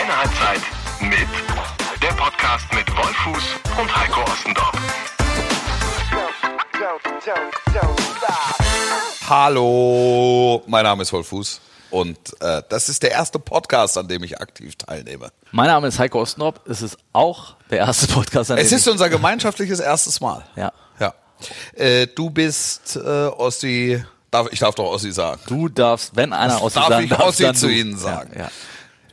Eine Halbzeit mit der Podcast mit Wolfuß und Heiko Ostendorf. Hallo, mein Name ist Wolfuß und äh, das ist der erste Podcast, an dem ich aktiv teilnehme. Mein Name ist Heiko Ostendorp. Es ist auch der erste Podcast, an Es dem ist unser gemeinschaftliches erstes Mal. ich, ja. Ja. Äh, du bist äh, Ossi, darf, ich darf doch Ossi sagen. Du darfst, wenn einer aus darf sagen, ich darfst Ossi dann zu du. Ihnen sagen. Ja,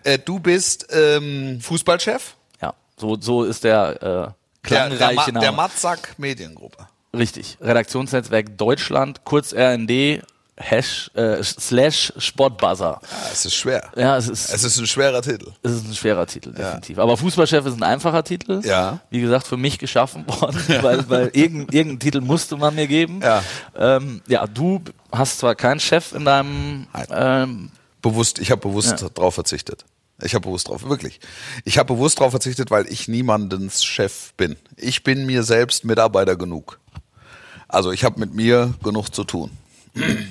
ja, Äh, du bist ähm, Fußballchef ja. So, so ist der äh, der, der, Ma- klangreiche der Name. Matzak Mediengruppe. Richtig. Redaktionsnetzwerk Deutschland, kurz RND, Hash, äh, slash Sportbuzzer. Ja, Ah, es ist schwer. Ja, es ist, Es ist ein schwerer Titel. es ist ein schwerer Titel, definitiv. Aber Fußballchef ist ein einfacher Titel. Ja. Wie gesagt, für mich geschaffen worden, weil, weil irgendeinen irgendein Titel musste man mir geben. Ja. ähm, ja du hast zwar keinen Chef in deinem Nein. ähm, Bewusst, ich habe bewusst Ja. drauf verzichtet. Ich habe bewusst drauf, wirklich. Ich habe bewusst drauf verzichtet, weil ich niemandens Chef bin. Ich bin mir selbst Mitarbeiter genug. Also ich habe mit mir genug zu tun.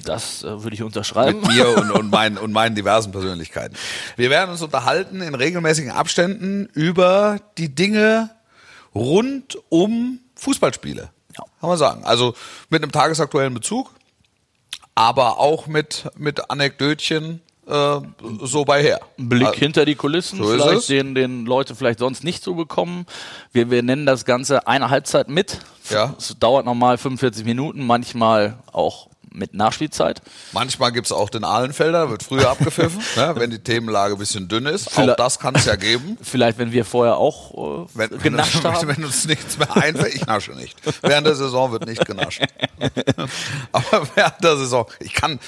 Das äh, würde ich Mit unterschreiben. mir und, und, meinen, und meinen diversen Persönlichkeiten. Wir werden uns unterhalten in regelmäßigen Abständen über die Dinge rund um Fußballspiele. Ja. Kann man sagen. Also mit einem tagesaktuellen Bezug, aber auch mit, mit Anekdötchen äh, so bei her. Ein Blick Also- hinter die Kulissen, so ist es. vielleicht den, den Leute vielleicht sonst nicht so bekommen. Wir, wir nennen das Ganze eine Halbzeit mit. Ja. Es dauert normal 45 Minuten, manchmal auch mit Nachspielzeit. Manchmal gibt's auch den Ahlenfelder, wird früher abgepfiffen, ne, wenn die Themenlage ein bisschen dünn ist. Auch Vielleicht- das kann es ja geben. Vielleicht, wenn wir vorher auch äh, Wenn, wenn, genascht uns, haben. wenn uns nichts mehr einfällt, ich nasche nicht. Während der Saison wird nicht genascht. Aber während der Saison, ich kann,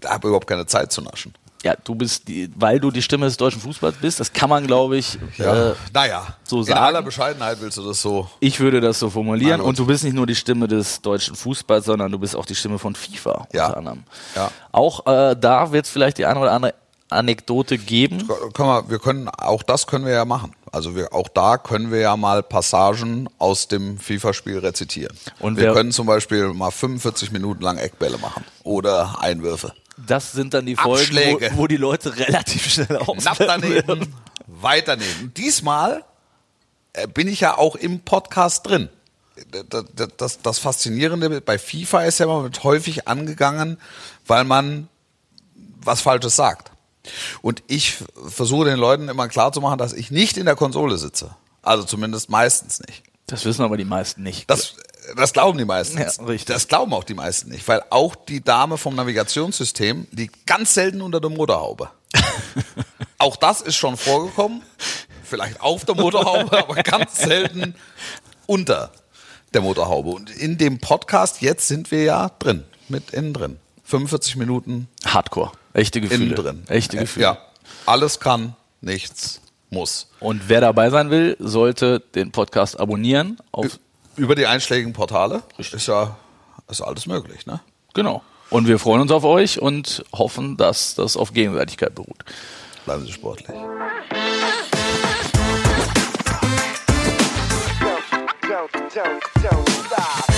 da habe überhaupt keine Zeit zu naschen. Ja, du bist, die, weil du die Stimme des deutschen Fußballs bist, das kann man, glaube ich, äh, naja, so in sagen. aller Bescheidenheit willst du das so. ich würde das so Na formulieren. gut. Und du bist nicht nur die Stimme des deutschen Fußballs, sondern du bist auch die Stimme von FIFA Ja. unter anderem. Ja. Auch äh, da wird es vielleicht die eine oder andere Anekdote geben. Können wir, wir können, auch das können wir ja machen. Also wir, auch da können wir ja mal Passagen aus dem FIFA-Spiel rezitieren. Und Und wir wer- können zum Beispiel mal 45 Minuten lang Eckbälle machen oder Einwürfe. Das sind dann die Folgen, Abschläge. wo, wo die Leute relativ schnell knapp auswerten. daneben, weit daneben. Diesmal äh, bin ich ja auch im Podcast drin. Das, das, das Faszinierende bei FIFA ist ja, man wird häufig angegangen, weil man was Falsches sagt. Und ich f- versuche den Leuten immer klarzumachen, dass ich nicht in der Konsole sitze. Also zumindest meistens nicht. Das wissen aber die meisten nicht. Das, das glauben die meisten. Ja, richtig. Das glauben auch die meisten nicht, weil auch die Dame vom Navigationssystem liegt ganz selten unter der Motorhaube. auch das ist schon vorgekommen. Vielleicht auf der Motorhaube, aber ganz selten unter der Motorhaube. Und in dem Podcast jetzt sind wir ja drin, mit innen drin. 45 Minuten Hardcore. Echte Gefühle. innen drin. Echte Äh, Gefühle. Ja. Alles kann, nichts muss. Und wer dabei sein will, sollte den Podcast abonnieren. Auf, Über die einschlägigen Portale ist ja ist alles möglich, ne? genau. Und wir freuen uns auf euch und hoffen, dass das auf Gegenseitigkeit beruht. Bleiben Sie sportlich. don't, don't, don't stop.